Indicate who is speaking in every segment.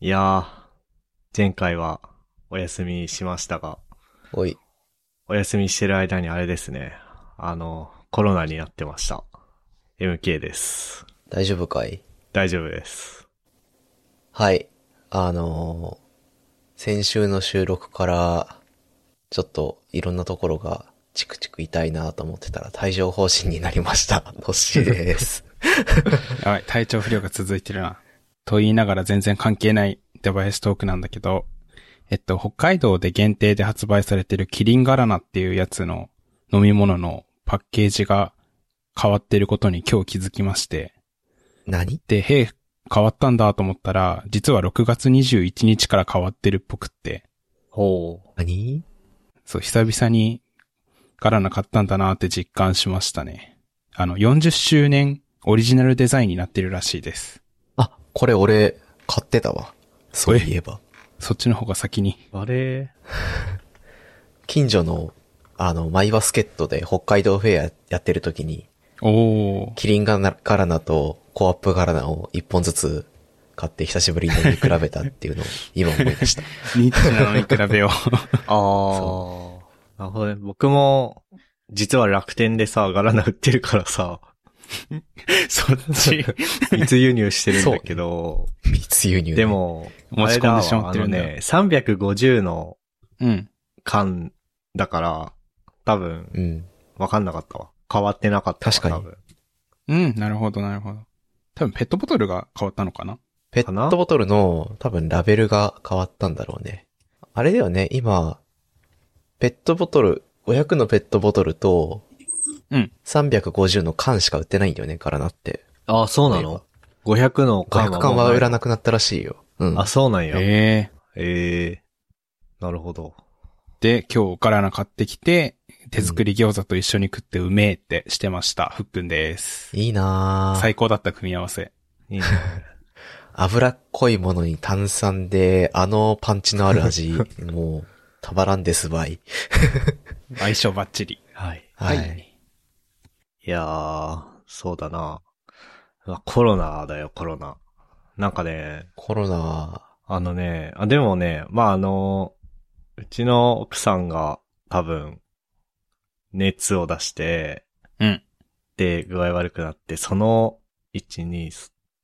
Speaker 1: いやー、前回はお休みしましたが、
Speaker 2: おい。
Speaker 1: お休みしてる間にあれですね。あの、コロナになってました。MK です。
Speaker 2: 大丈夫かい
Speaker 1: 大丈夫です。
Speaker 2: はい。あのー先週の収録から、ちょっといろんなところがチクチク痛いなと思ってたら帯状疱疹になりま した。トッシーです。
Speaker 3: やばい、体調不良が続いてるな。と言いながら全然関係ないデバイストークなんだけど、えっと、北海道で限定で発売されてるキリンガラナっていうやつの飲み物のパッケージが変わってることに今日気づきまして、
Speaker 2: 何
Speaker 3: で、へえ、変わったんだと思ったら、実は6月21日から変わってるっぽくって、
Speaker 1: ほう。
Speaker 2: 何
Speaker 3: そう、久々にガラナ買ったんだなって実感しましたね。あの、40周年オリジナルデザインになってるらしいです。
Speaker 2: あ、これ俺、買ってたわ。そういえば。
Speaker 3: そっちの方が先に。
Speaker 1: あれ
Speaker 2: 近所の、あの、マイバスケットで北海道フェアやってる時に、
Speaker 3: おー。
Speaker 2: キリンガラガラナとコアップガラナを一本ずつ買って久しぶりに飲み比べたっていうのを今思い出 した。
Speaker 3: ニッチなのに比べ よう。
Speaker 1: あー。なるほどね。僕も、実は楽天でさ、ガラナ売ってるから さ、
Speaker 3: そっち。
Speaker 1: 密輸入してるんだけど、
Speaker 2: 密輸入。
Speaker 1: で、も、
Speaker 3: 持ち込んでしまってるんだよ
Speaker 1: あれだわあのね、350の
Speaker 3: うん。
Speaker 1: 缶だから、多分、
Speaker 2: うん。
Speaker 1: わかんなかったわ。変わってなかったわ。
Speaker 2: 確か
Speaker 1: 多
Speaker 2: に
Speaker 1: 分
Speaker 3: うん、なるほど、なるほど。多分ペットボトルが変わったのかな
Speaker 2: ペットボトルの多分ラベルが変わったんだろうね。あれだよね、今、ペットボトル、500のペットボトルと、
Speaker 3: うん。
Speaker 2: 350の缶しか売ってないんだよね、からなって。
Speaker 1: あ、そうなの ?500 の缶はも
Speaker 2: ?500
Speaker 1: う
Speaker 2: 缶は売らなくなったらしいよ。うん。
Speaker 1: あ、そうなんや。え
Speaker 3: ええ
Speaker 1: えなるほど。
Speaker 3: で、今日ガラナ買ってきて、手作り餃子と一緒に食ってうめえってしてました。ふっくんです。
Speaker 2: いいなぁ
Speaker 3: 最高だった組み合わせ。
Speaker 1: いいね。
Speaker 2: 脂っこいものに炭酸で、あのパンチのある味、もう、たまらんですばい。
Speaker 3: 相性バッチリ。
Speaker 1: はい。
Speaker 2: はい。
Speaker 1: いやー、そうだな。うわコロナだよ、コロナ。なんかね、
Speaker 2: コロナ、
Speaker 1: あのね、あ、でもね、まあ、あの、うちの奥さんが多分、熱を出して、
Speaker 3: うん。
Speaker 1: で、具合悪くなって、その、1、2、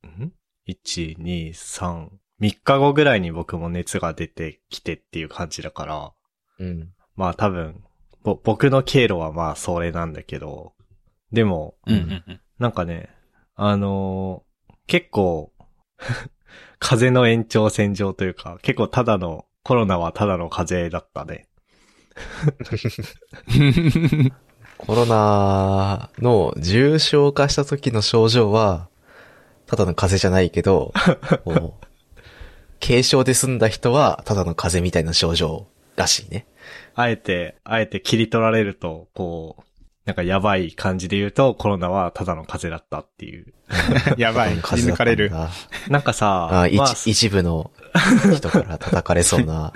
Speaker 1: ん ?1、2、3、3日後ぐらいに僕も熱が出てきてっていう感じだから、
Speaker 2: うん。
Speaker 1: まあ多分、ぼ、僕の経路はまあそれなんだけど、でも、
Speaker 3: うんうんうん。
Speaker 1: なんかね、あのー結構、 風邪の延長線上というか、結構ただの、コロナはただの風邪だったね。
Speaker 2: コロナの重症化した時の症状は、ただの風邪じゃないけど、こう軽症で済んだ人は、ただの風邪みたいな症状らしいね。
Speaker 1: あえて、あえて切り取られると、こう、なんかやばい感じで言うと、コロナはただの風邪だったっていう。
Speaker 3: やばい、
Speaker 2: ただ
Speaker 3: 切り
Speaker 2: の
Speaker 3: 抜かれ
Speaker 2: 風
Speaker 3: る
Speaker 2: 邪。だったんだ
Speaker 1: なんかさ、
Speaker 2: あ一
Speaker 1: まあ
Speaker 2: 一部の人から叩かれそうな。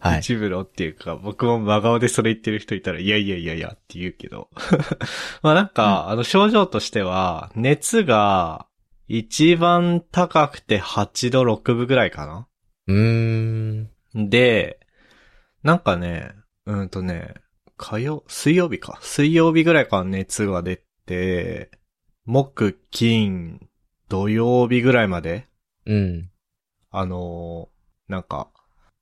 Speaker 2: はい。
Speaker 1: 一部のっていうか、僕も真顔でそれ言ってる人いたら、いやいやいやいやって言うけど。 まあなんか、あの症状としては、熱が一番高くて8度6分ぐらいかな
Speaker 2: うーん。
Speaker 1: で、なんかね、うんとね、火曜、水曜日か。水曜日ぐらいから熱が出て、木、金、土曜日ぐらいまで
Speaker 2: うん。
Speaker 1: あのーなんか、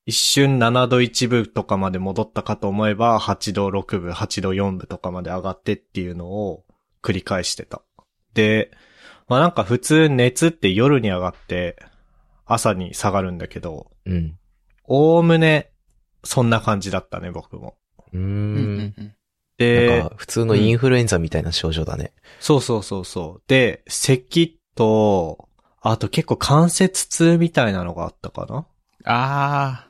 Speaker 1: 一瞬7度1分とかまで戻ったかと思えば、8度6分、8度4分とかまで上がってっていうのを繰り返してた。で、まあなんか普通熱って夜に上がって、朝に下がるんだけど、
Speaker 2: うん。
Speaker 1: おおむね、そんな感じだったね、僕も。
Speaker 2: うー。
Speaker 3: うんん
Speaker 2: なん
Speaker 1: で、
Speaker 2: か、普通のインフルエンザみたいな症状だね。
Speaker 1: そうそうそうそう。で、咳と、あと結構関節痛みたいなのがあったかな
Speaker 3: あ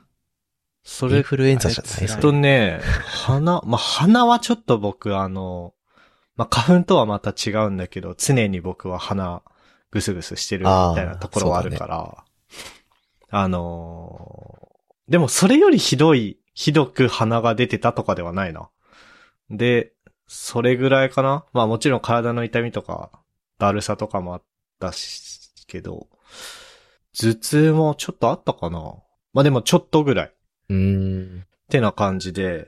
Speaker 1: そ
Speaker 2: イン
Speaker 1: れ
Speaker 2: フルエンザじゃ
Speaker 3: あ
Speaker 2: な
Speaker 3: れ
Speaker 2: い
Speaker 1: え
Speaker 3: 辛
Speaker 1: っ
Speaker 3: い
Speaker 2: そ
Speaker 1: と
Speaker 2: れ。
Speaker 1: ね、鼻、まあ、鼻はちょっと僕あの、まあ、花粉とはまた違うんだけど、常に僕は鼻ぐすぐすしてるみたいなところはあるから、あ,、のーでもそれよりひどい、ひどく鼻が出てたとかではないな。で、それぐらいかなまあもちろん体の痛みとか、だるさとかもあったし、けど、頭痛もちょっとあったかなまあでもちょっとぐらい。
Speaker 2: うーん。
Speaker 1: ってな感じで、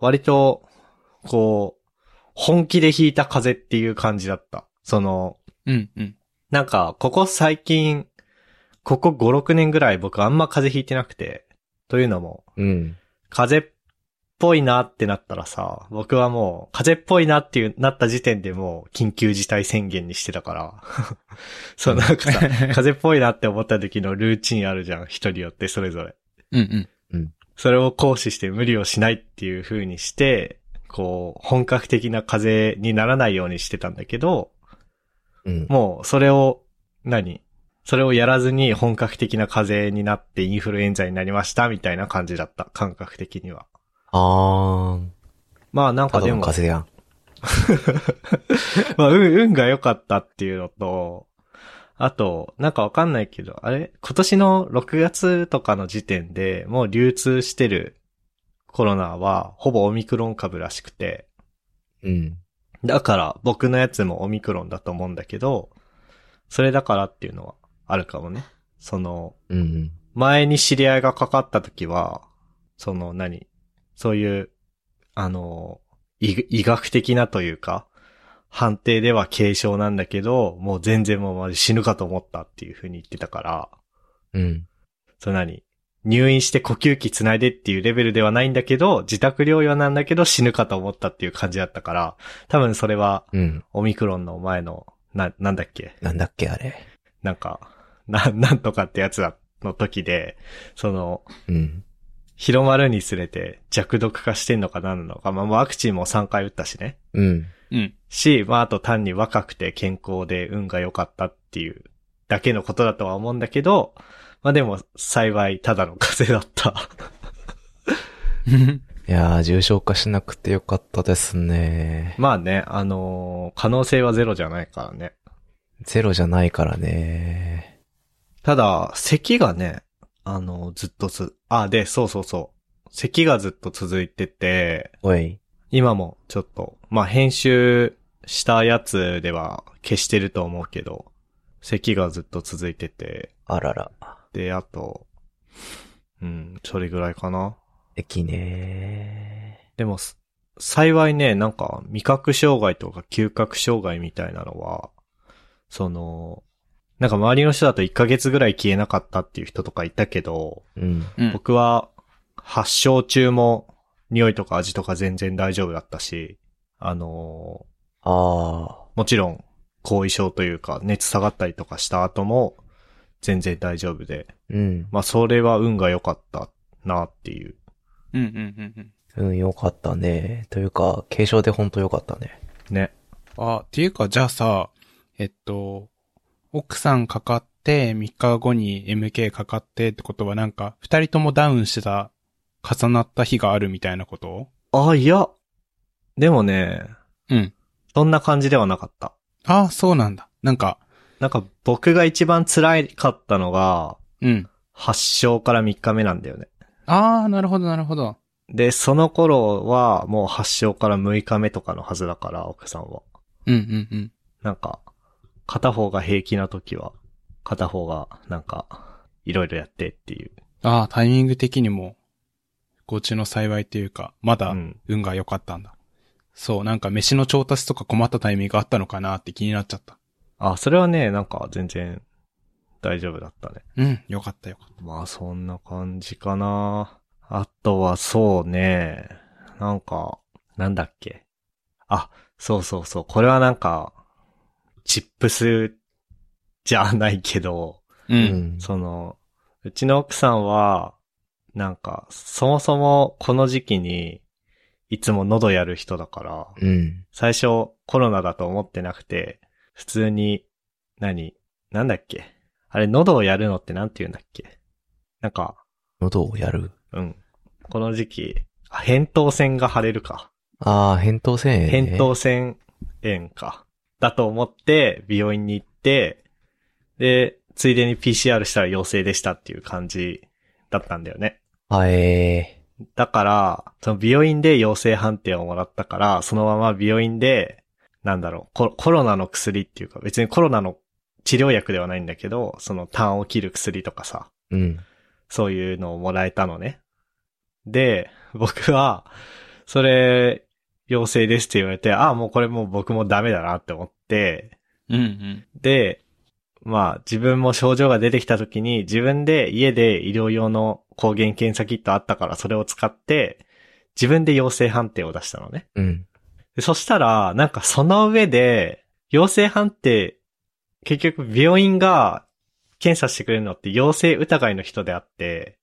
Speaker 1: 割と、こう、本気で引いた風邪っていう感じだった。その、
Speaker 3: うん、うん。
Speaker 1: なんか、ここ最近、ここ5、6年ぐらい僕あんま風邪ひいてなくて、というのも、
Speaker 2: うん。
Speaker 1: 風邪っぽいなってなったらさ、僕はもう、風邪っぽいなっていう、なった時点でもう、緊急事態宣言にしてたから。 そう、なんかさ、風邪っぽいなって思った時のルーチンあるじゃん、人によってそれぞれ。
Speaker 3: うん、うん。
Speaker 1: それを行使して無理をしないっていう風にして、こう、本格的な風邪にならないようにしてたんだけど、
Speaker 2: うん。
Speaker 1: もう、それを、何それをやらずに本格的な風邪になってインフルエンザになりましたみたいな感じだった、感覚的には。
Speaker 2: あーん。
Speaker 1: まあなん
Speaker 2: た
Speaker 1: か
Speaker 2: だ
Speaker 1: で
Speaker 2: の
Speaker 1: も、
Speaker 2: 風邪やん。
Speaker 1: まあ、運、運が良かったっていうのと、あと、なんかわかんないけど、あれ今年の6月とかの時点でもう流通してるコロナはほぼオミクロン株らしくて、
Speaker 2: うん。
Speaker 1: だから僕のやつもオミクロンだと思うんだけど、それだからっていうのはあるかもね。その、
Speaker 2: うん。
Speaker 1: 前に知り合いがかかった時は、その何そういう、あの、医医学的なというか、判定では軽症なんだけど、もう全然もう死ぬかと思ったっていう風に言ってたから、
Speaker 2: うん。
Speaker 1: その何入院して呼吸器つないでっていうレベルではないんだけど、自宅療養なんだけど死ぬかと思ったっていう感じだったから、多分それは
Speaker 2: うん。
Speaker 1: オミクロンの前の、な、なんだっけ
Speaker 2: なんだっけ、あれ。
Speaker 1: なんか、な、なんとかってやつだの時で、その、
Speaker 2: うん。
Speaker 1: 広まるにつれて弱毒化してんのか何なのか、まあワクチンも3回打ったしね。
Speaker 2: うん。
Speaker 3: うん。
Speaker 1: し、まああと単に若くて健康で運が良かったっていうだけのことだとは思うんだけど、まあでも幸いただの風邪だった。
Speaker 2: いやー、重症化しなくてよかったですね。
Speaker 1: まあね、あのー可能性はゼロじゃないからね。
Speaker 2: ゼロじゃないからね。
Speaker 1: ただ、咳がね、あのーずっとつ、あ、で、そうそうそう。咳がずっと続いてて、
Speaker 2: おい。
Speaker 1: 今もちょっと、まあ、編集したやつでは消してると思うけど、咳がずっと続いてて、
Speaker 2: あらら。
Speaker 1: で、あと、うん、それぐらいかな。
Speaker 2: 駅ね
Speaker 1: でもす、幸いね、なんか、味覚障害とか嗅覚障害みたいなのは、その、なんか周りの人だと1ヶ月ぐらい消えなかったっていう人とかいたけど、
Speaker 2: うん。
Speaker 3: うん
Speaker 1: 僕は発症中も匂いとか味とか全然大丈夫だったし、あのー
Speaker 2: あ
Speaker 1: もちろん、後遺症というか、熱下がったりとかした後も、全然大丈夫で。
Speaker 2: ー。うん。
Speaker 1: まあ、それは運が良かったなっていう。
Speaker 3: うん、うん、うんうん。
Speaker 2: うん、よかったね。というか、軽症でほんとよかったね。
Speaker 1: ね。
Speaker 3: あ、っていうか、じゃあさ、えっと、奥さんかかって、3日後に MK かかってってことはなんか、2人ともダウンしてた、重なった日があるみたいなこと
Speaker 1: あ、いや。でもね、
Speaker 3: うん。
Speaker 1: そんな感じではなかった。
Speaker 3: あそうなんだ。なんか、
Speaker 1: なんか、僕が一番辛かったのが、
Speaker 3: うん。
Speaker 1: 発症から3日目なんだよね。
Speaker 3: ああ、なるほど、なるほど。
Speaker 1: で、その頃は、もう発症から6日目とかのはずだから、奥さんは。
Speaker 3: うん、うん、うん。
Speaker 1: なんか、片方が平気な時は、片方が、なんか、いろいろやってっていう。
Speaker 3: ああ、タイミング的にも、ごちの幸いというか、まだ
Speaker 1: うん。
Speaker 3: 運が良かったんだ。そう、なんか飯の調達とか困ったタイミングあったのかなって気になっちゃった。
Speaker 1: あ、それはね、なんか全然大丈夫だったね。
Speaker 3: うん、よかったよかっ
Speaker 1: まあそんな感じかな。あとはそうね、なんか、なんだっけ。あ、そうそうそう。これはなんか、チップスじゃないけど、
Speaker 3: た。う。
Speaker 2: うん
Speaker 1: その、うちの奥さんは、なんか、そもそもこの時期に、いつも喉やる人だから、
Speaker 2: うん。
Speaker 1: 最初コロナだと思ってなくて、普通に、何なんだっけあれ、喉をやるのってなんて言うんだっけなんか、
Speaker 2: 喉をやる。
Speaker 1: うん。この時期、あ、扁桃腺が腫れるか。
Speaker 2: あー、扁桃腺炎、ね。
Speaker 1: 扁桃腺炎か。だと思って、病院に行って、で、ついでに PCR したら陽性でしたっていう感じだったんだよね。
Speaker 2: あえ
Speaker 1: だから、その病院で陽性判定をもらったから、そのまま病院で、なんだろうコロ、コロナの薬っていうか、別にコロナの治療薬ではないんだけど、その痰を切る薬とかさ、
Speaker 2: うん。
Speaker 1: そういうのをもらえたのね。で、僕は、それ、陽性ですって言われて、ああ、もうこれもう僕もダメだなって思って、
Speaker 3: うん うん。
Speaker 1: で、まあ自分も症状が出てきた時に自分で家で医療用の抗原検査キットあったからそれを使って自分で陽性判定を出したのね。
Speaker 2: うん。
Speaker 1: でそしたら、なんかその上で陽性判定、結局病院が検査してくれるのって陽性疑いの人であって、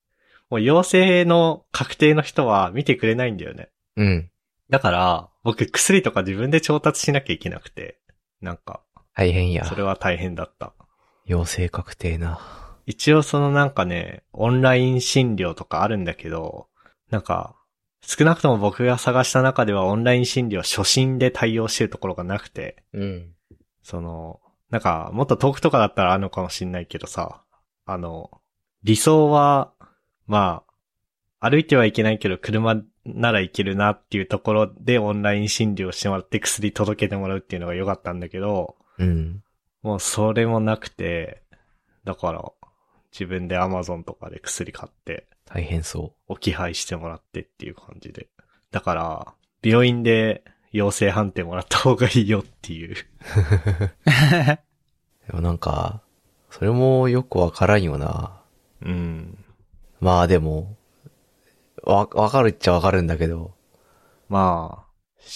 Speaker 1: もう陽性の確定の人は見てくれないんだよね。
Speaker 2: うん。
Speaker 1: だから、僕薬とか自分で調達しなきゃいけなくて、なんか、
Speaker 2: 大変や
Speaker 1: そ。れは大変だった。
Speaker 2: 陽性確定な。
Speaker 1: 一応そのなんかね、オンライン診療とかあるんだけど、なんか、少なくとも僕が探した中ではオンライン診療初診で対応してるところがなくて、
Speaker 2: うん。
Speaker 1: その、なんか、もっと遠くとかだったらあるのかもしんないけどさ、あの、理想は、まあ、歩いてはいけないけど車なら行けるなっていうところでオンライン診療してもらって薬届けてもらうっていうのが良かったんだけど、
Speaker 2: うん。
Speaker 1: もうそれもなくて、だから、自分で Amazon とかで薬買って、
Speaker 2: 大変そ
Speaker 1: 置き配してもらってっていう感じで。だから、病院で陽性判定もらった方がいいよっていう。
Speaker 2: う。でもなんか、それもよくわからんよな。
Speaker 1: うん。
Speaker 2: まあでも、わ、わかるっちゃわかるんだけど、
Speaker 1: まあ、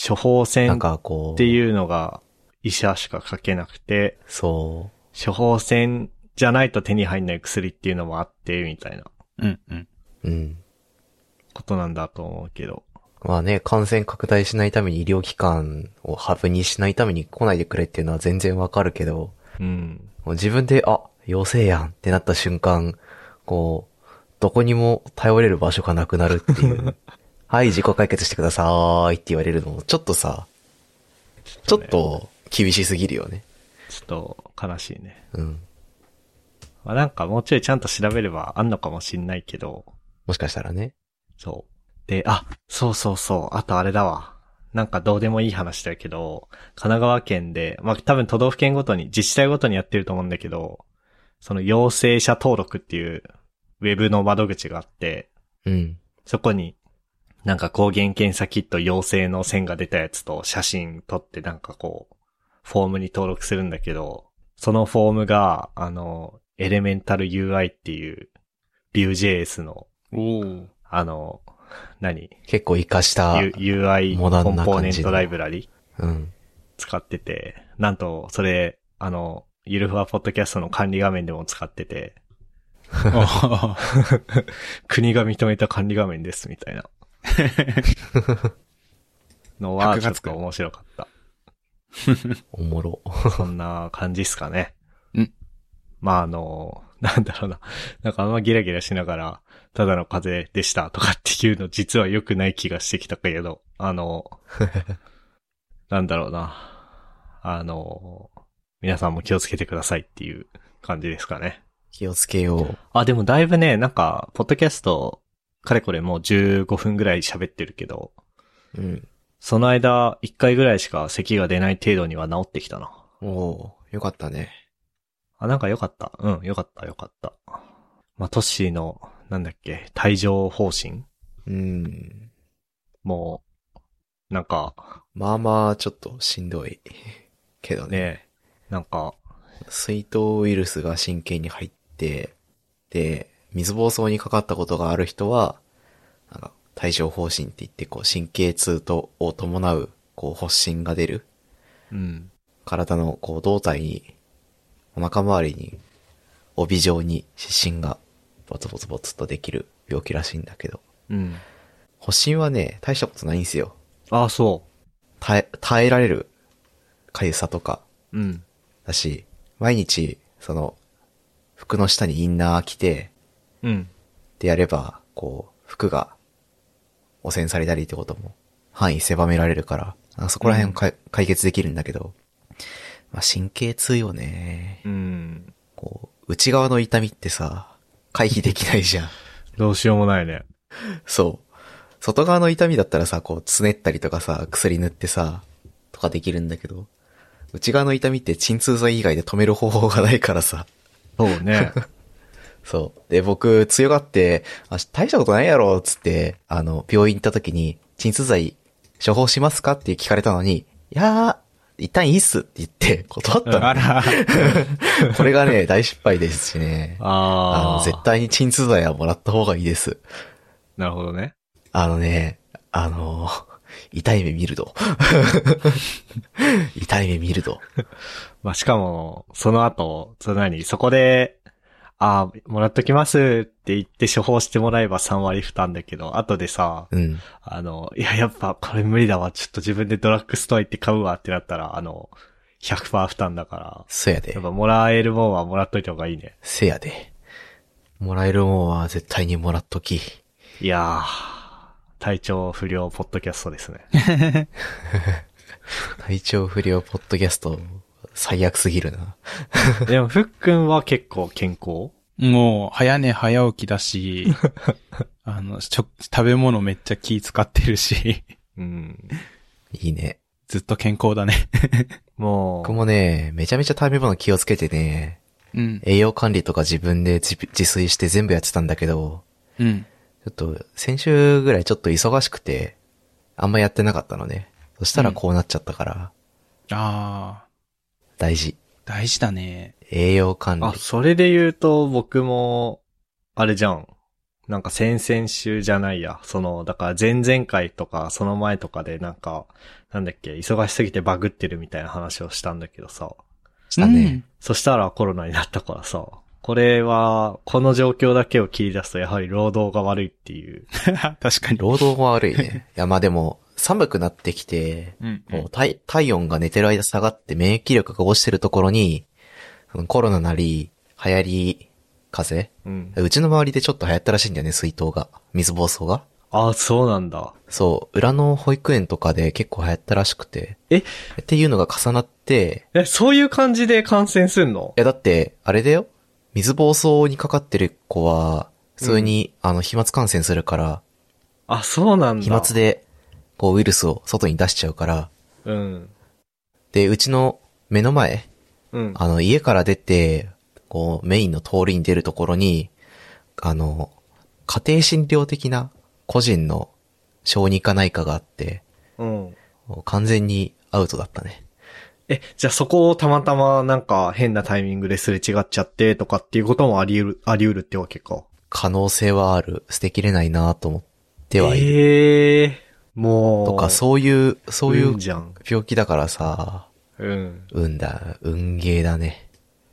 Speaker 1: 処方箋
Speaker 2: なん
Speaker 1: っ
Speaker 2: かこう、
Speaker 1: ていうのが医者しか書けなくて、
Speaker 2: そ
Speaker 1: 処方箋じゃないと手に入んない薬っていうのもあって、みたいな
Speaker 3: うんうん。
Speaker 2: う、うん。
Speaker 1: ことなんだと思うけど。
Speaker 2: まあね、感染拡大しないために医療機関をハブにしないために来ないでくれっていうのは全然わかるけど、
Speaker 1: うん。
Speaker 2: もう自分で、あ、陽性やんってなった瞬間、こう、どこにも頼れる場所がなくなるって いう。はい、自己解決してくださーいって言われるのも、ちょっとさ、ちょっ
Speaker 1: ね
Speaker 2: と厳しすぎるよね。
Speaker 1: ちょっと悲しいね。
Speaker 2: うん。
Speaker 1: まあ、なんかもうちょいちゃんと調べればあんのかもしんないけど、
Speaker 2: もしかしたらね。
Speaker 1: そう。で、あ、そうそうそう、あとあれだわ。なんかどうでもいい話だけど、神奈川県で、まあ、多分都道府県ごとに、自治体ごとにやってると思うんだけど、その陽性者登録っていうウェブの窓口があって、
Speaker 2: うん。
Speaker 1: そこになんか抗原検査キット陽性の線が出たやつと写真撮ってなんかこう、フォームに登録するんだけど、そのフォームが、あの、エレメンタル UI っていう Vue.js の、
Speaker 3: おお。
Speaker 1: あの、何
Speaker 2: 結構活かした
Speaker 1: U- ?UI コ
Speaker 2: モダン
Speaker 1: ン
Speaker 2: な感じの
Speaker 1: ポーネントライブラリ
Speaker 2: うん。
Speaker 1: 使ってて、なんと、それ、あの、ゆるふわポッドキャストの管理画面でも使ってて、国が認めた管理画面です、みたい な。のは、ち
Speaker 3: 箔
Speaker 1: ょ
Speaker 3: が
Speaker 1: っ
Speaker 3: つく
Speaker 1: と面白かっ
Speaker 2: おもろ。
Speaker 1: た。そんな感じっすかね。
Speaker 3: うん。
Speaker 1: まあ、あの、なんだろうな。なんかあんまギラギラしながら、ただの風邪でしたとかっていうの実は良くない気がしてきたけれど、あ の、なんだろうな。あの、皆さんも気をつけてくださいっていう感じですかね。
Speaker 2: 気をつけよう。
Speaker 1: あ、でもだいぶね、なんか、ポッドキャスト、かれこれもう15分ぐらい喋ってるけど、
Speaker 2: うん。
Speaker 1: その間、1回ぐらいしか咳が出ない程度には治ってきたな。
Speaker 2: おー、よかったね。
Speaker 1: あ、なんかよかった。うん、よかった、よかった。まあ、トッシーの、なんだっけ、帯状方針
Speaker 2: うん。
Speaker 1: もう、なんか、
Speaker 2: まあまあ、ちょっとしんどい。けどね。
Speaker 1: ね、なんか、
Speaker 2: 水痘ウイルスが神経に入って、で、水疱瘡にかかったことがある人は、なんか、帯状方針って言って、こう、神経痛と、を伴う、こう、発疹が出る。
Speaker 1: うん、
Speaker 2: 体の、こう、胴体に、お腹周りに、帯状に、湿疹が、ボツボツボツとできる病気らしいんだけど。
Speaker 1: うん。
Speaker 2: 発疹はね、大したことないんですよ。
Speaker 1: あ、そ
Speaker 2: 耐え、耐えられる、痒さとか、
Speaker 1: う。うん。
Speaker 2: だし、毎日、その、服の下にインナー着て、
Speaker 1: うん。
Speaker 2: でやれば、こう、服が汚染されたりってことも範囲狭められるから、あそこら辺をかい解決できるんだけど、まあ、神経痛よね
Speaker 1: う。ん。
Speaker 2: こう、内側の痛みってさ、回避できないじゃん。
Speaker 1: どうしようもないね。
Speaker 2: そう。外側の痛みだったらさ、こう、つねったりとかさ、薬塗ってさ、とかできるんだけど、内側の痛みって鎮痛剤以外で止める方法がないからさ。
Speaker 1: そうね。
Speaker 2: そう。で、僕、強がって、あ大したことないやろ、つって、あの、病院行った時に、鎮痛剤、処方しますかって聞かれたのに、いやー、一旦いいっすって言って、断ったの。
Speaker 3: あら、
Speaker 2: これがね、大失敗ですしね。あ
Speaker 1: あ
Speaker 2: の、
Speaker 1: あ。
Speaker 2: 絶対に鎮痛剤はもらった方がいいです。
Speaker 1: なるほどね。
Speaker 2: あのね、あのー痛い目見ると。 痛い目見ると。
Speaker 1: まあ、しかも、その後、その何、そこで、ああ、もらっときますって言って処方してもらえば3割負担だけど、後でさ、
Speaker 2: うん。
Speaker 1: あの、いや、やっぱこれ無理だわ、ちょっと自分でドラッグストア行って買うわってなったら、あの、100%負担だから、
Speaker 2: そやで
Speaker 1: やっ。ぱもらえるもんはもらっといた方がいいね。
Speaker 2: せやで。もらえるもんは絶対にもらっとき。
Speaker 1: いやー、体調不良ポッドキャストですね。
Speaker 2: 体調不良ポッドキャスト、最悪すぎるな。
Speaker 1: でも、ふっくんは結構健康
Speaker 3: もう、早寝早起きだ し、あの、食、食べ物めっちゃ気使ってるし、
Speaker 1: うん。
Speaker 2: いいね。
Speaker 3: ずっと健康だね。
Speaker 1: も
Speaker 2: 僕
Speaker 1: う、
Speaker 2: もね、めちゃめちゃ食べ物気をつけてね、
Speaker 3: うん。
Speaker 2: 栄養管理とか自分で自自炊して全部やってたんだけど、
Speaker 3: うん。
Speaker 2: ちょっと、先週ぐらいちょっと忙しくて、あんまやってなかったのね。そしたらこうなっちゃったから、
Speaker 3: ああ、
Speaker 2: 大事。
Speaker 3: 大事だね。
Speaker 2: 栄養管理
Speaker 1: あ、。それで言うと、僕も、あれじゃん。なんか先々週じゃないや。その、だから前々回とか、その前とかでなんか、なんだっけ、忙しすぎてバグってるみたいな話をしたんだけどさ。
Speaker 2: したね。
Speaker 1: そしたらコロナになったからさ。これは、この状況だけを切り出すと、やはり労働が悪いっていう。
Speaker 3: うん。 確かに。
Speaker 2: 労働も悪いね。いや、まあでも、寒くなってきて、
Speaker 3: うん
Speaker 2: こう体体温が寝てる間下がって免疫力が落ちてるところに、そのコロナなり、流行り、風
Speaker 1: うん。
Speaker 2: 邪うちの周りでちょっと流行ったらしいんだよね、水筒が。水暴走が。
Speaker 1: あ、そうなんだ。
Speaker 2: そう、裏の保育園とかで結構流行ったらしくて。
Speaker 1: え
Speaker 2: っていうのが重なって、
Speaker 1: え、そういう感じで感染すんの
Speaker 2: いやだって、あれだよ。水暴走にかかってる子は、普通に、あの、飛沫感染するから、
Speaker 1: あ、そうなんだ。
Speaker 2: 飛沫。で、こう、ウイルスを外に出しちゃうから、
Speaker 1: うん。
Speaker 2: で、うちの目の前、
Speaker 1: うん。
Speaker 2: あの、家から出て、こう、メインの通りに出るところに、あの、家庭診療的な個人の小児科内科があって、
Speaker 1: うん。
Speaker 2: もう完全にアウトだったね。
Speaker 1: え、じゃあそこをたまたまなんか変なタイミングですれ違っちゃってとかっていうこともあり得る、あり得るってわけか。
Speaker 2: 可能性はある。捨てきれないなと思ってはいる。
Speaker 1: ええもう。
Speaker 2: とか、そういう、そういう
Speaker 1: 運じゃん。
Speaker 2: 病気だからさ、
Speaker 1: うん。
Speaker 2: 運だ、運ゲーだね。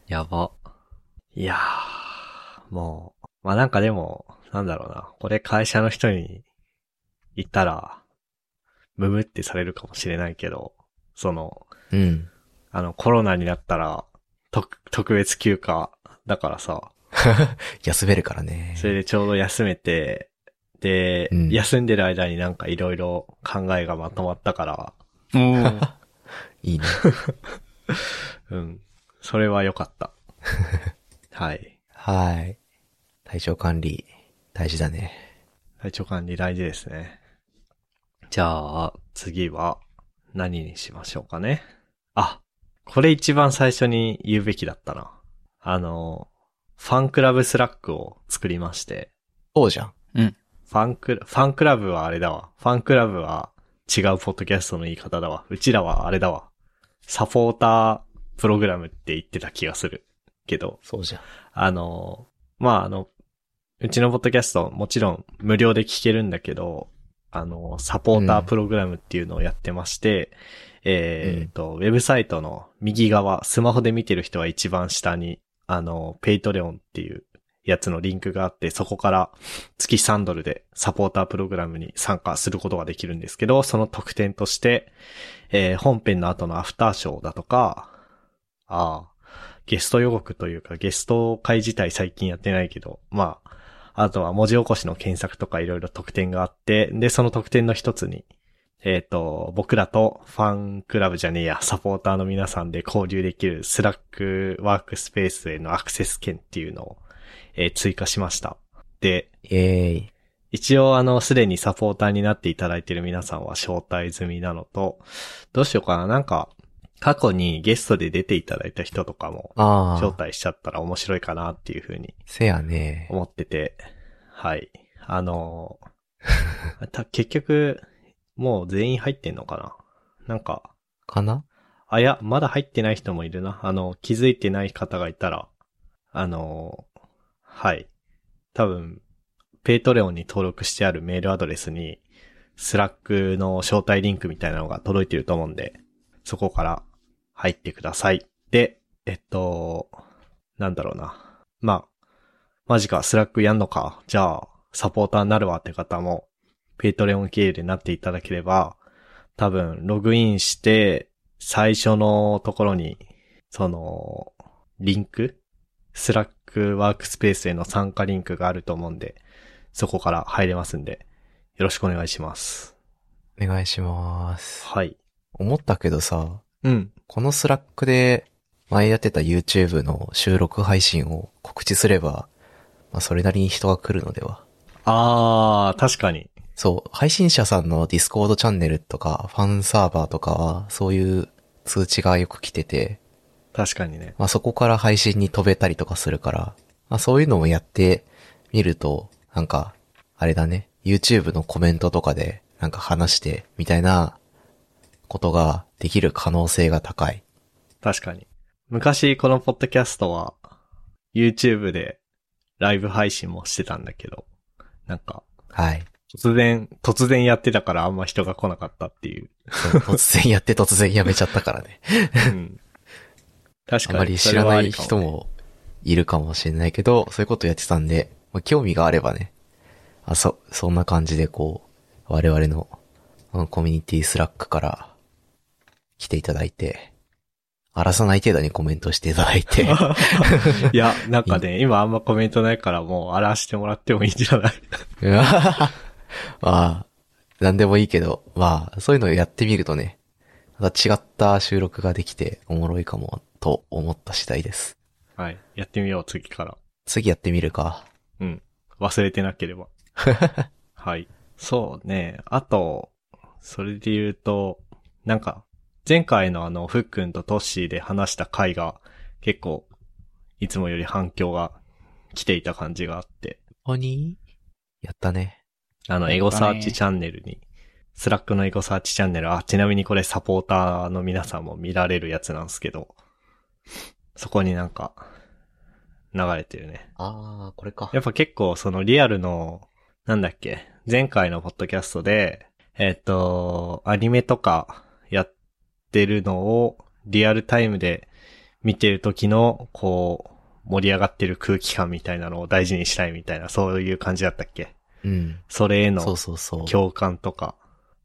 Speaker 1: やば。いやー、もう。まあなんかでも、なんだろうな。これ会社の人に言ったら、ムムってされるかもしれないけど、その、
Speaker 2: うん。
Speaker 1: あの、コロナになったら、特、特別休暇だからさ、
Speaker 2: 休めるからね。
Speaker 1: それでちょうど休めて、で、
Speaker 2: うん
Speaker 1: 休んでる間になんかいろいろ考えがまとまったから、
Speaker 3: お ー
Speaker 2: い いね。
Speaker 1: うん。それは良かった。はい。
Speaker 2: はい。体調管理、大事だね。
Speaker 1: 体調管理大事ですね。じゃあ、次は何にしましょうかね。あ、これ一番最初に言うべきだったな。あの、ファンクラブスラックを作りまして、
Speaker 2: そうじゃん。
Speaker 1: ファンクラ、ファンクラブはあれだわ。ファンクラブは違うポッドキャストの言い方だわ。うちらはあれだわ。サポータープログラムって言ってた気がする。けど、
Speaker 2: そうじゃん。
Speaker 1: あの、まあ、あの、うちのポッドキャストもちろん無料で聞けるんだけど、あの、サポータープログラムっていうのをやってまして、えっと、ウェブサイトの右側、スマホで見てる人は一番下に、あの、ペイトレオンっていうやつのリンクがあって、そこから月3ドルでサポータープログラムに参加することができるんですけど、その特典として、えー本編の後のアフターショーだとか、ああ、ゲスト予告というか、ゲスト会自体最近やってないけど、まあ、あとは文字起こしの検索とかいろいろ特典があって、で、その特典の一つに、えっ、と、僕らとファンクラブじゃねえや、サポーターの皆さんで交流できるスラックワークスペースへのアクセス権っていうのを、えー追加しました。で、
Speaker 2: イェーイ。
Speaker 1: 一応あの、すでにサポーターになっていただいている皆さんは招待済みなのと、どうしようかな、なんか、過去にゲストで出ていただいた人とかも、
Speaker 2: あ
Speaker 1: 招
Speaker 2: あ。
Speaker 1: 待しちゃったら面白いかなっていうふうに
Speaker 2: せやね。
Speaker 1: 思ってて、はい。あのーた結局、もう全員入ってんのかななんか、
Speaker 2: かな
Speaker 1: あ、いや、まだ入ってない人もいるな。あの、気づいてない方がいたら、あのーはい。多分、ペイトレオンに登録してあるメールアドレスに、スラックの招待リンクみたいなのが届いてると思うんで、そこから入ってください。で、えっと、なんだろうな。まあ、マジか、スラックやんのか。じゃあ、サポーターになるわって方も、ペイトレオン経由でなっていただければ、多分、ログインして、最初のところに、その、リンクスラックワークスペースへの参加リンクがあると思うんで、そこから入れますんで、よろしくお願いします。
Speaker 2: お願いします。
Speaker 1: はい。
Speaker 2: 思ったけどさ、
Speaker 1: うん。
Speaker 2: このスラックで前やってた YouTube の収録配信を告知すれば、まあそれなりに人が来るのでは。
Speaker 1: あー、確かに。
Speaker 2: そう、配信者さんのディスコードチャンネルとか、ファンサーバーとかは、そういう通知がよく来てて、
Speaker 1: 確かにね。
Speaker 2: まあそこから配信に飛べたりとかするから、まあそういうのもやってみると、なんか、あれだね、YouTube のコメントとかで、なんか話して、みたいな、ことができる可能性が高い。
Speaker 1: 確かに。昔、このポッドキャストは、YouTube でライブ配信もしてたんだけど、なんか、
Speaker 2: はい。
Speaker 1: 突然、突然やってたからあんま人が来なかったっていう。
Speaker 2: そう突然やって突然やめちゃったからね。
Speaker 1: う ん確
Speaker 2: あ
Speaker 1: かに。
Speaker 2: まり知らない
Speaker 1: それ
Speaker 2: 人
Speaker 1: はありかね
Speaker 2: もいるかもしれないけど、そういうことやってたんで、まあ興味があればね、あ、そ、そんな感じでこう、我々のうんコミュニティスラックから来ていただいて、荒らさない程度にコメントしていただいて、
Speaker 1: いや、なんかね、今あんまコメントないからもう荒らしてもらってもいいんじゃない
Speaker 2: うわまあ、なんでもいいけど、まあ、そういうのをやってみるとね、また違った収録ができておもろいかも、と思った次第です。
Speaker 1: はい。やってみよう、次から。
Speaker 2: 次やってみるか。
Speaker 1: うん。忘れてなければ。はい。そうね。あと、それで言うと、なんか、前回のあの、ふっくんとトッシーで話した回が、結構、いつもより反響が来ていた感じがあって、
Speaker 2: ここにやったね。
Speaker 1: あの、エゴサーチチャンネルに、スラックのエゴサーチチャンネル、あ、ちなみにこれサポーターの皆さんも見られるやつなんですけど、そこになんか、流れてるね。
Speaker 2: ああ、これか。
Speaker 1: やっぱ結構そのリアルの、なんだっけ、前回のポッドキャストで、えっ、と、アニメとかやってるのをリアルタイムで見てる時の、こう、盛り上がってる空気感みたいなのを大事にしたいみたいな、そういう感じだったっけ
Speaker 2: うん。
Speaker 1: それへの
Speaker 2: そうそうそう。
Speaker 1: 共感とか、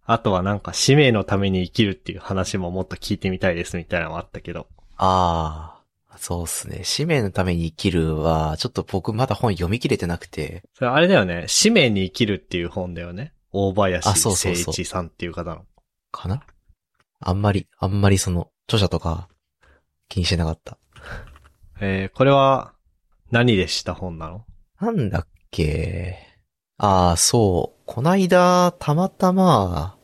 Speaker 1: あとはなんか使命のために生きるっていう話ももっと聞いてみたいですみたいなのもあったけど。
Speaker 2: ああ、そうっすね。使命のために生きるは、ちょっと僕まだ本読み切れてなくて、
Speaker 1: それあれだよね、使命に生きるっていう本だよね。大林
Speaker 2: あそう
Speaker 1: 誠
Speaker 2: そうそう
Speaker 1: 一さんっていう方の。
Speaker 2: かなあんまり、あんまりその、著者とか、気にしてなかった。
Speaker 1: えーこれは、何でした本なの
Speaker 2: なんだっけ。ああ、そう。こないだ、たまたま、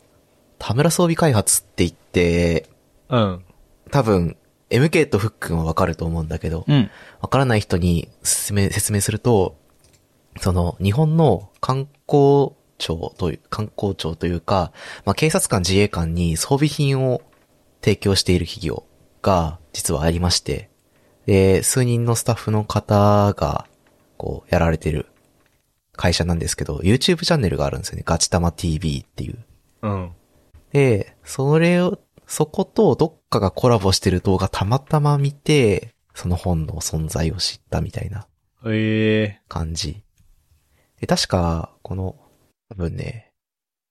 Speaker 2: 田村装備開発って言って、
Speaker 1: うん。
Speaker 2: 多分、MK とフックンはわかると思うんだけど、
Speaker 3: うん。
Speaker 2: わからない人に説明、説明すると、その、日本の観光庁という、観光庁というか、まあ、警察官自衛官に装備品を提供している企業が実はありまして、で、数人のスタッフの方が、こう、やられてる会社なんですけど、YouTube チャンネルがあるんですよね。ガチタマ TV っていう。
Speaker 1: うん。
Speaker 2: で、それを、そことどっかがコラボしてる動画たまたま見て、その本の存在を知ったみたいな
Speaker 1: ええ
Speaker 2: 感じ。で、確か、この、多分ね、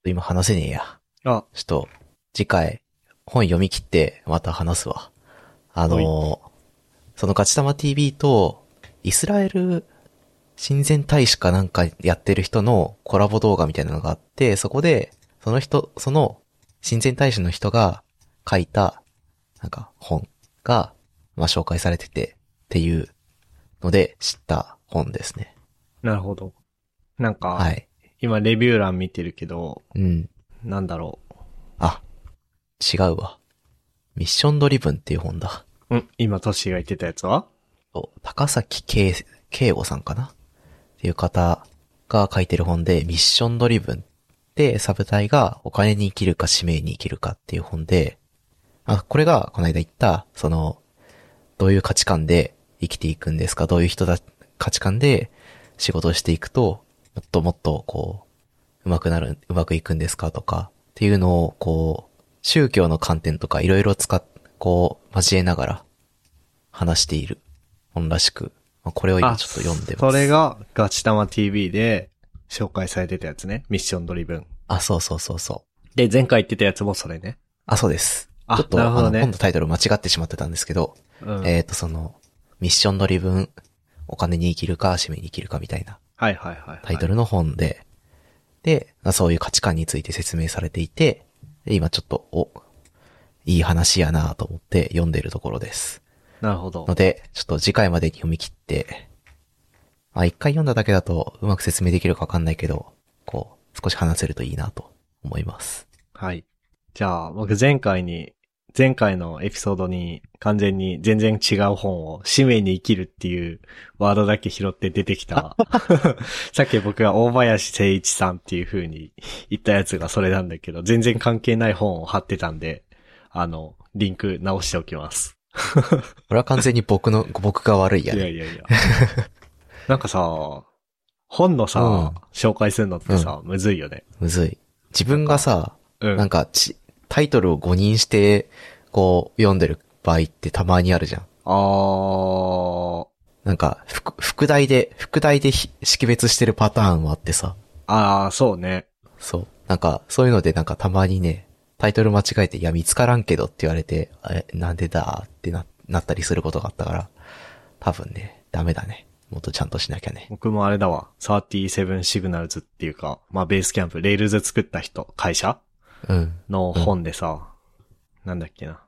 Speaker 2: 今話せねえや。
Speaker 1: あ、
Speaker 2: ちょっと、次回、本読み切ってまた話すわ。あのー、そのガチタマ TV と、イスラエル親善大使かなんかやってる人のコラボ動画みたいなのがあって、そこで、その人、その親善大使の人が書いた、なんか本が、まあ、紹介されてて、っていうので知った本ですね。
Speaker 1: なるほど。なんか、
Speaker 2: はい。
Speaker 1: 今レビュー欄見てるけど、
Speaker 2: うん。
Speaker 1: なんだろ
Speaker 2: あ、違うわ。ミッションドリブンっていう本だ。
Speaker 1: うん、今、トッシーが言ってたやつは
Speaker 2: そう高崎慶慶吾さんかなっていう方が書いてる本で、ミッションドリブンでサブタイがお金に生きるか使命に生きるかっていう本で、あ、これがこの間言った、その、どういう価値観で生きていくんですかどういう人だ、価値観で仕事をしていくと、もっともっとこう、うまくなる、うまくいくんですかとか、っていうのをこう、宗教の観点とかいろいろ使っ、こう、交えながら話している本らしく、まあ、これを今ちょっと読んでます。
Speaker 1: それが、ガチタマ TV で紹介されてたやつね。ミッションドリブン。
Speaker 2: あ、そうそうそうそう。
Speaker 1: で、前回言ってたやつもそれね。
Speaker 2: あ、そうです。
Speaker 1: あ
Speaker 2: ちょっと、
Speaker 1: なるほ
Speaker 2: あ
Speaker 1: ど
Speaker 2: の、
Speaker 1: ね
Speaker 2: 今度タイトル間違ってしまってたんですけど、
Speaker 1: うん。
Speaker 2: えっ、と、その、ミッションドリブン、お金に生きるか、使命に生きるかみたいな
Speaker 1: はいはいはい、はい。
Speaker 2: タイトルの本で、で、まあそういう価値観について説明されていて、で今ちょっと、お、いい話やなと思って読んでるところです。
Speaker 1: なるほど
Speaker 2: の。で、ちょっと次回までに読み切って、まあ一回読んだだけだとうまく説明できるかわかんないけど、こう、少し話せるといいなと思います。
Speaker 1: はい。じゃあ、僕前回に、前回のエピソードに完全に全然違う本を、使命に生きるっていうワードだけ拾って出てき た。さっき僕が大林誠一さんっていう風に言ったやつがそれなんだけど、全然関係ない本を貼ってたんで、あの、リンク直しておきます。
Speaker 2: これは完全に僕の、僕が 悪い
Speaker 1: い
Speaker 2: や
Speaker 1: や
Speaker 2: ね。
Speaker 1: いやいや。 なんかさ、本のさ、
Speaker 2: うん
Speaker 1: 紹介するのってさ、むずいよね。
Speaker 2: むずい。自分がさ、
Speaker 1: うん。
Speaker 2: なんかち、タイトルを誤認して、こう、読んでる場合ってたまにあるじゃん。
Speaker 1: あー、
Speaker 2: なんか、副、副題で、副題でひ識別してるパターンはあってさ。
Speaker 1: あー、そうね。
Speaker 2: そう。なんか、そういうのでなんかたまにね、タイトル間違えて、いや、見つからんけどって言われて、え、なんでだーってな、なったりすることがあったから、多分ね、ダメだね。もっとちゃんとしなきゃね。
Speaker 1: 僕もあれだわ。37シグナルズっていうか、まあベースキャンプ、レールズ作った人、会社
Speaker 2: うん。
Speaker 1: の本でさ、なんだっけな。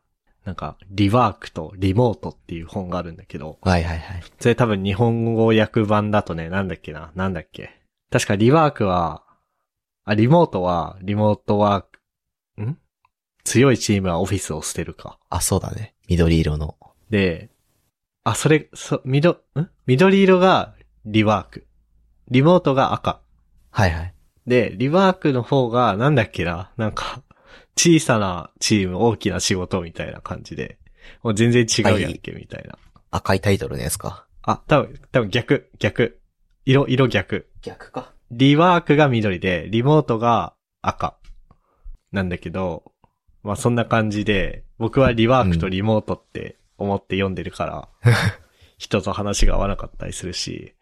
Speaker 1: なんか、リワークとリモートっていう本があるんだけど、
Speaker 2: はいはいはい。
Speaker 1: それ多分日本語訳版だとね、なんだっけな、なんだっけ。確かリワークは、あ、リモートは、リモートワーク、ん強いチームはオフィスを捨てるか。
Speaker 2: あ、そうだね。緑色の。
Speaker 1: で、あ、それ、そ、みど、ん緑色がリワーク。リモートが赤。
Speaker 2: はいはい。
Speaker 1: で、リワークの方が、なんだっけな、なんか、小さなチーム、大きな仕事みたいな感じで、もう全然違うやんけ、みたいな。
Speaker 2: 赤いタイトルのやつか。
Speaker 1: あ、多分、多分逆、逆。色、色逆。
Speaker 2: 逆か。
Speaker 1: リワークが緑で、リモートが赤。なんだけど、まあそんな感じで、僕はリワークとリモートって思って読んでるから、人と話が合わなかったりするし、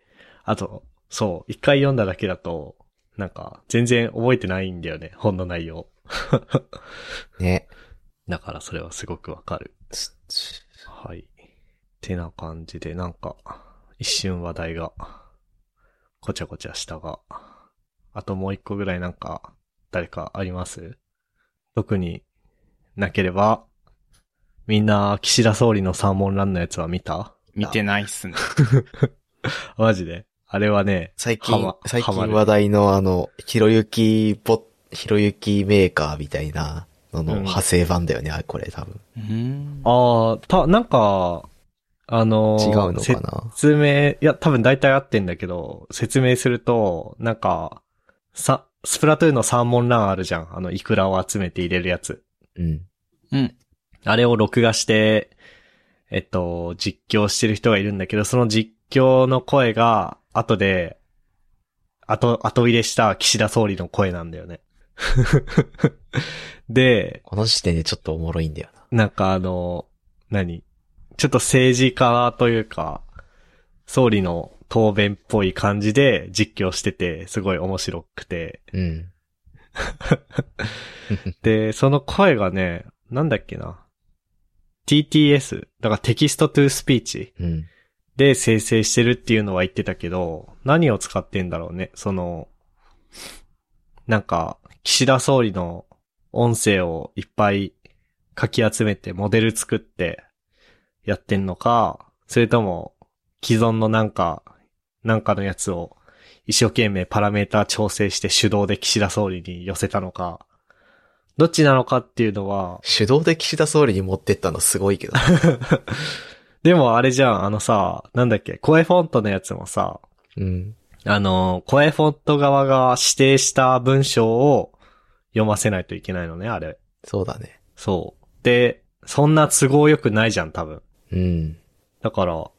Speaker 1: あと、そう、一回読んだだけだと、なんか、全然覚えてないんだよね、本の内容。
Speaker 2: ね。
Speaker 1: だからそれはすごくわかる。はい。てな感じで、なんか、一瞬話題が、こちゃこちゃしたが、あともう一個ぐらいなんか、誰かあります特になければ、みんな、岸田総理のサーモンランのやつは見た
Speaker 3: 見てないっすね。
Speaker 1: マジであれはね、
Speaker 2: 最
Speaker 1: は
Speaker 2: 近
Speaker 1: ま、
Speaker 2: 最
Speaker 1: はま
Speaker 2: 近
Speaker 1: る
Speaker 2: 話題のあの、ひろゆきぼ、ひろゆきメーカーみたいなのの
Speaker 1: うん
Speaker 2: 派生版だよね、あこれ多分。
Speaker 3: うん。
Speaker 1: ああ、た、なんか、あの
Speaker 2: 違
Speaker 1: ー
Speaker 2: うの
Speaker 1: せ
Speaker 2: かな
Speaker 1: 説明、いや、多分大体合ってんだけど、説明すると、なんか、さ、スプラトゥーンのサーモンランあるじゃん。あの、イクラを集めて入れるやつ。
Speaker 2: うん。
Speaker 3: うん。
Speaker 1: あれを録画して、えっと、実況してる人がいるんだけど、その実況の声が、後で、後、後入れした岸田総理の声なんだよね。 で、
Speaker 2: この時点でちょっとおもろいんだよな。
Speaker 1: なんかあの、何ちょっと政治家というか、総理の答弁っぽい感じで実況してて、すごい面白くて。
Speaker 2: うん。
Speaker 1: で、その声がね、なんだっけな。TTS、だからテキストトゥースピーチ
Speaker 2: うん。
Speaker 1: で生成してるっていうのは言ってたけど、何を使ってんだろうね。その、なんか、岸田総理の音声をいっぱいかき集めてモデル作ってやってんのか、それとも既存のなんか、なんかのやつを一生懸命パラメータ調整して手動で岸田総理に寄せたのか、どっちなのかっていうのは、
Speaker 2: 手動で岸田総理に持ってったのすごいけ ど。
Speaker 1: でもあれじゃん、あのさ、なんだっけ、声フォントのやつもさ、
Speaker 2: うん。
Speaker 1: あの、声フォント側が指定した文章を読ませないといけないのね、あれ。
Speaker 2: そうだね。
Speaker 1: そう。で、そんな都合良くないじゃん、多分。
Speaker 2: うん。
Speaker 1: だから、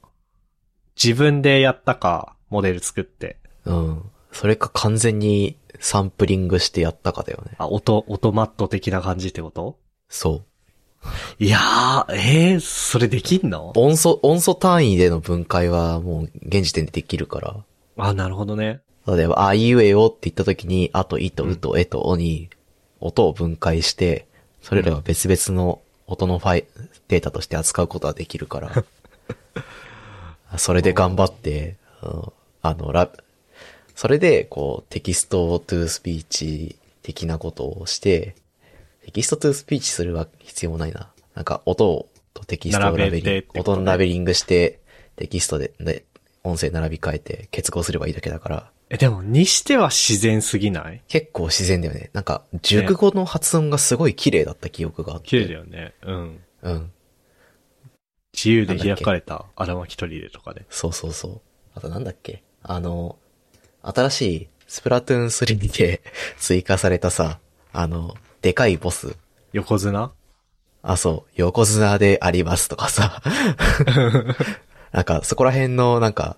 Speaker 1: 自分でやったか、モデル作って。
Speaker 2: うん。それか完全にサンプリングしてやったかだよね。
Speaker 1: あ、音、音マット的な感じってこと
Speaker 2: そう。
Speaker 1: いやー、えー、それできんの
Speaker 2: 音素、音素単位での分解はもう現時点でできるから。
Speaker 1: あ、なるほどね。
Speaker 2: 例えば、あいうえおって言った時に、あといとうとえとおに、音を分解して、それらは別々の音のファイ、データとして扱うことはでき るから。それで頑張って、うんあの、ラ、それで、こう、テキストトゥースピーチ的なことをして、テキストトゥースピーチするは必要もないな。なんか、音を、とテキストをラベリン
Speaker 1: 並べてって
Speaker 2: グ、
Speaker 1: こと
Speaker 2: 音
Speaker 1: ね
Speaker 2: のラベリングして、テキストで、で、音声並び替えて結合すればいいだけだから。
Speaker 1: え、でも、にしては自然すぎない
Speaker 2: 結構自然だよね。なんか、熟語の発音がすごい綺麗だった記憶があって。
Speaker 1: 綺麗だよね。うん。
Speaker 2: うん。
Speaker 1: 自由で開かれた荒巻トリでとかで。
Speaker 2: そうそうそう。あとなんだっけあの、新しい、スプラトゥーン3で 追加されたさ、あの、でかいボス。
Speaker 1: 横綱
Speaker 2: あ、そう、横綱でありますと かさ。なんか、そこら辺の、なんか、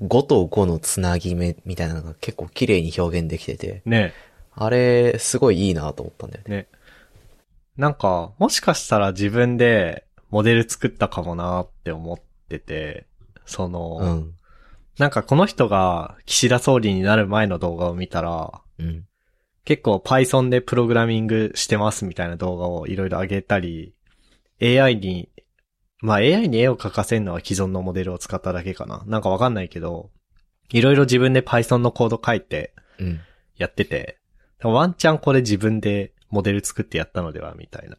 Speaker 2: 5と5のつなぎ目みたいなのが結構綺麗に表現できてて、
Speaker 1: ね
Speaker 2: あれ、すごいいいなと思ったんだよね。
Speaker 1: ね。なんか、もしかしたら自分でモデル作ったかもなーって思ってて、その、
Speaker 2: うん。
Speaker 1: なんかこの人が岸田総理になる前の動画を見たら、
Speaker 2: うん。
Speaker 1: 結構 Python でプログラミングしてますみたいな動画をいろいろ上げたり、AI に、まあ AI に絵を描かせるのは既存のモデルを使っただけかな。なんかわかんないけど、いろいろ自分で Python のコード書いて
Speaker 2: うん。
Speaker 1: やってて、ワンチャンこれ自分でモデル作ってやったのではみたいな。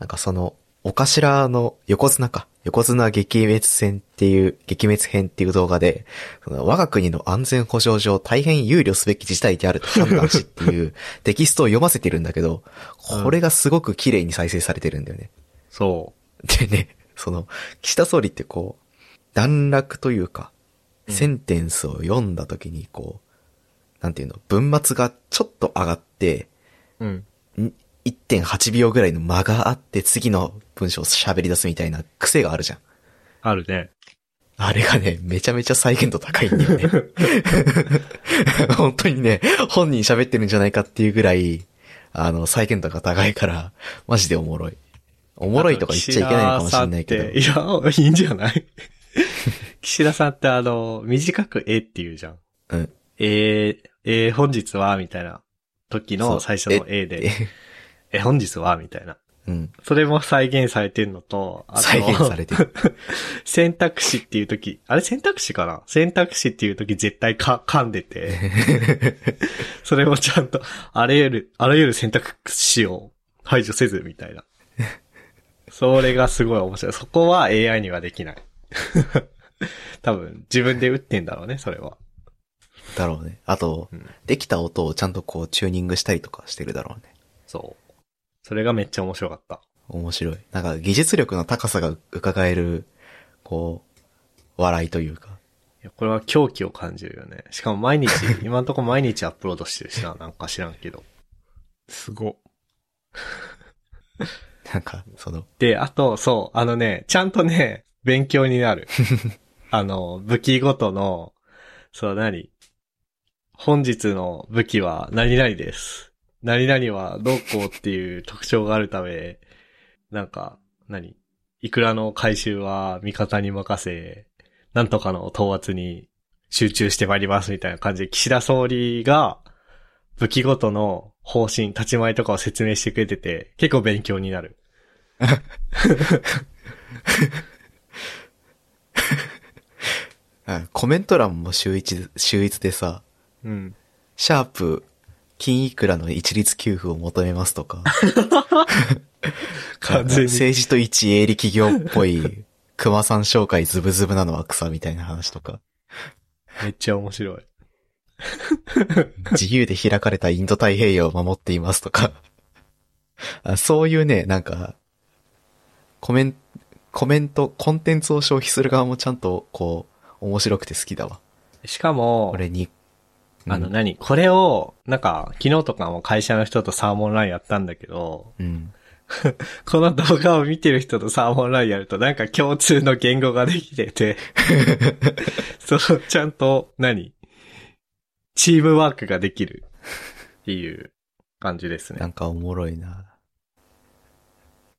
Speaker 2: なんかその、お頭の横綱か。横綱撃滅戦っていう、撃滅編っていう動画で、その我が国の安全保障上大変憂慮すべき事態であると判断しっていう テキストを読ませてるんだけど、これがすごく綺麗に再生されてるんだよね。
Speaker 1: そ
Speaker 2: でね、その、岸田総理ってこう、段落というか、
Speaker 1: うん
Speaker 2: センテンスを読んだ時にこう、なんていうの、文末がちょっと上がって、
Speaker 1: う。うん。
Speaker 2: ん1.8秒ぐらいの間があって次の文章を喋り出すみたいな癖があるじゃん。
Speaker 1: あるね。
Speaker 2: あれがね、めちゃめちゃ再現度高いんだよね。 本当にね、本人喋ってるんじゃないかっていうぐらい、あの、再現度が高いから、マジでおもろい。お
Speaker 1: お
Speaker 2: もろいとか言っちゃいけないのかもしれないけど。
Speaker 1: いや、いいんじゃない 岸田さんってあの、短くえって言うじゃん。
Speaker 2: うん。
Speaker 1: えー、えー、本日はみたいな時
Speaker 2: そ
Speaker 1: の
Speaker 2: う
Speaker 1: 最初の A で、え本日はみたいな。
Speaker 2: うん。
Speaker 1: それも再現されてるのと、あと、
Speaker 2: 再現され てる。
Speaker 1: 選択肢っていう時、あれ選択肢かな選択肢っていう時絶対か噛んでて、それもちゃんと、あらゆる、あらゆる選択肢を排除せずみたいな。それがすごい面白い。そこは AI にはできない。 多分、自分で打ってんだろうね、それは。
Speaker 2: だろうね。あと、
Speaker 1: うん
Speaker 2: できた音をちゃんとこうチューニングしたりとかしてるだろうね。
Speaker 1: そう。それがめっちゃ面白かった。
Speaker 2: 面白い。なんか技術力の高さが伺える、こう、笑いというか。
Speaker 1: いやこれは狂気を感じるよね。しかも毎日、 今んとこ毎日アップロードしてるしな、なんか知らんけど。
Speaker 3: すご。
Speaker 2: なんか、その、
Speaker 1: で、あと、そう、あのね、ちゃんとね、勉強に なる。あの、武器ごとの、そう、何本日の武器は何々です。何々はどうこうっていう特徴があるため、なんか、何いくらの回収は味方に任せ、なんとかの討伐に集中してまいりますみたいな感じで、岸田総理が武器ごとの方針、立ち回りとかを説明してくれてて、結構勉強になる。
Speaker 2: あコメント欄も秀逸、秀逸でさ、
Speaker 1: うん。
Speaker 2: シャープ、金いくらの一律給付を求めますとか、
Speaker 1: 完全に。
Speaker 2: 政治と一営利企業っぽい、熊さん紹介ズブズブなのは草みたいな話とか、
Speaker 1: めっちゃ面白い。
Speaker 2: 自由で開かれたインド太平洋を守っていますとか、あそういうね、なんか、コメント、コメント、コンテンツを消費する側もちゃんと、こう、面白くて好きだわ。
Speaker 1: しかも、
Speaker 2: 俺に、うん
Speaker 1: あの何、これを、なんか、昨日とかも会社の人とサーモンラインやったんだけど、
Speaker 2: うん。
Speaker 1: この動画を見てる人とサーモンラインやるとなんか共通の言語ができて て、そう、ちゃんと何、チームワークができるっていう感じです
Speaker 2: な
Speaker 1: ね。
Speaker 2: んかおもろいな。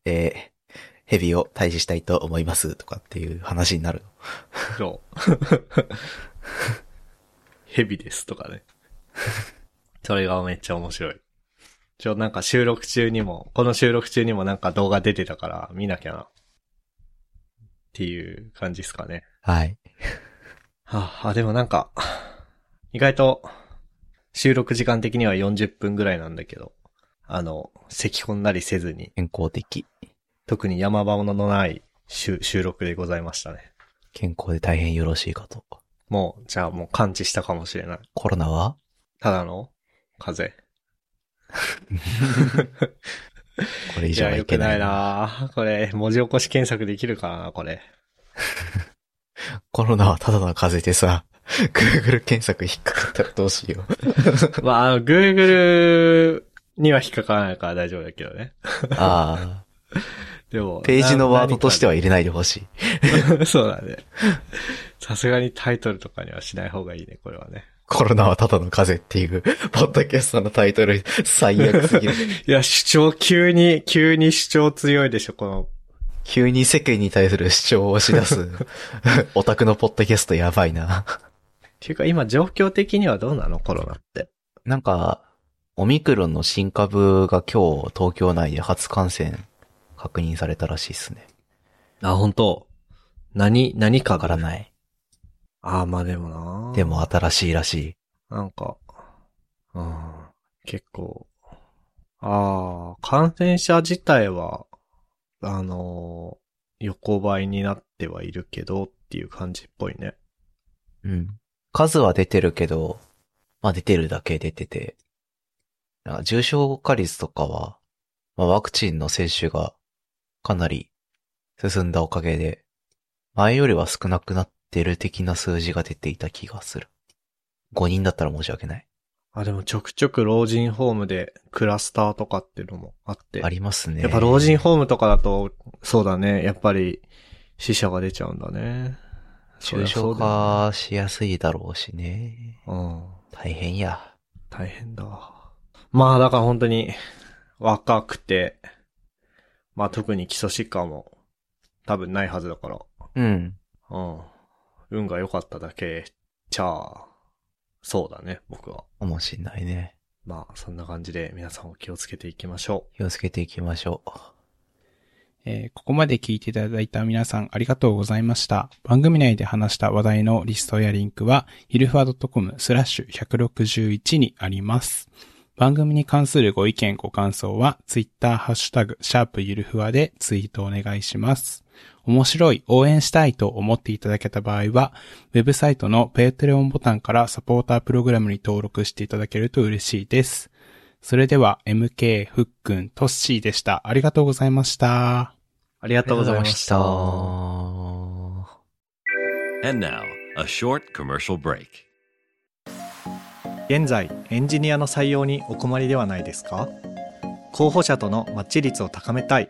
Speaker 2: えー、ヘビを退治したいと思います、とかっていう話になる
Speaker 1: そう。ヘビですとかね。それがめっちゃ面白い。ちょ、なんか収録中にも、この収録中にもなんか動画出てたから見なきゃな。っていう感じですかね。
Speaker 2: の。はい。
Speaker 1: はあ、あでもなんか、意外と、収録時間的には40分ぐらいなんだけど、あの、咳込んだりせずに、
Speaker 2: 健康的。
Speaker 1: 特に山場のない収収録でございましたね。
Speaker 2: 健康で大変よろしいかと。
Speaker 1: もう、じゃあもう完治したかもしれない。
Speaker 2: コロナは
Speaker 1: ただの風
Speaker 2: これ以
Speaker 1: 邪。いや、
Speaker 2: 上は
Speaker 1: 良く
Speaker 2: いけ
Speaker 1: な
Speaker 2: ない
Speaker 1: いなこれ、文字起こし検索できるかなこれ。
Speaker 2: コロナはただの風邪でさ、Google 検索引っかかったらどうしよう。
Speaker 1: まあ、あの、Google には引っかからないから大丈夫だけどね。
Speaker 2: あ
Speaker 1: でも
Speaker 2: あ。、ページのワードとして
Speaker 1: は
Speaker 2: は入れないでほしい。
Speaker 1: そうだね。 さすがにタイトルとかにはしない方がいいね、これはね。
Speaker 2: コロナはただの風邪っていう、 ポッドキャストのタイトル、最悪すぎ る。
Speaker 1: いや、主張、急に、急に主張強いでしょ、この。
Speaker 2: 急に世間に対する主張を押し出 す、オタクのポッドキャストやばいな。
Speaker 1: っていうか、今、状況的にはどうなのコロナって。
Speaker 2: なんか、オミクロンの新株が今日東京内で初感染確認されたらしいっすね。
Speaker 1: あ、本当何、何か
Speaker 2: わからない。
Speaker 1: あー、まあでもな
Speaker 2: で。も新しいらしい。
Speaker 1: なんか、うん、結構。ああ、感染者自体は、あのー横ばいになってはいるけどっていう感じっぽいね。
Speaker 2: うん。数は出てるけど、まあ出てるだけ出てて、なんか重症化率とかは、まあワクチンの接種がかなり進んだおかげで、前よりは少なくなってる的な数字が出ていた気がする。5人だったら申し訳ない。
Speaker 1: あ、でもちょくちょく老人ホームでクラスターとかっていうのもあって。
Speaker 2: ありますね。
Speaker 1: やっぱ老人ホームとかだと、そうだね。やっぱり死者が出ちゃうんだね。
Speaker 2: 重症化しやすいだろうしね。
Speaker 1: そりゃそうだよね。うん。
Speaker 2: 大変や。
Speaker 1: 大変だわ。まあだから本当に若くて、まあ特に基礎疾患も多分ないはずだから、
Speaker 2: うん。
Speaker 1: うん。運が良かっただけちゃあ、そうだね、僕は。
Speaker 2: かもしんないね。
Speaker 1: まあそんな感じで皆さんお気をつけていきましょ
Speaker 2: 気をつけていきましょう。
Speaker 3: えーここまで聞いていただいた皆さんありがとうございました。番組内で話した話題のリストやリンクは、ゆるふわ .com スラッシュ161にあります。番組に関するご意見、ご感想は、ツイッターハッシュタグ、シャープゆるふわでツイートお願いします。面白い、応援したいと思っていただけた場合は、ウェブサイトのペーテレオンボタンからサポータープログラムに登録していただけると嬉しいです。それでは、MK、ふっくん、トッシーでした。ありがとうございました。
Speaker 1: う。ありがとうございました。
Speaker 4: And now, a short commercial break.
Speaker 1: 現在エンジニアの採用にお困りではないですか候補者とのマッチ率を高めたい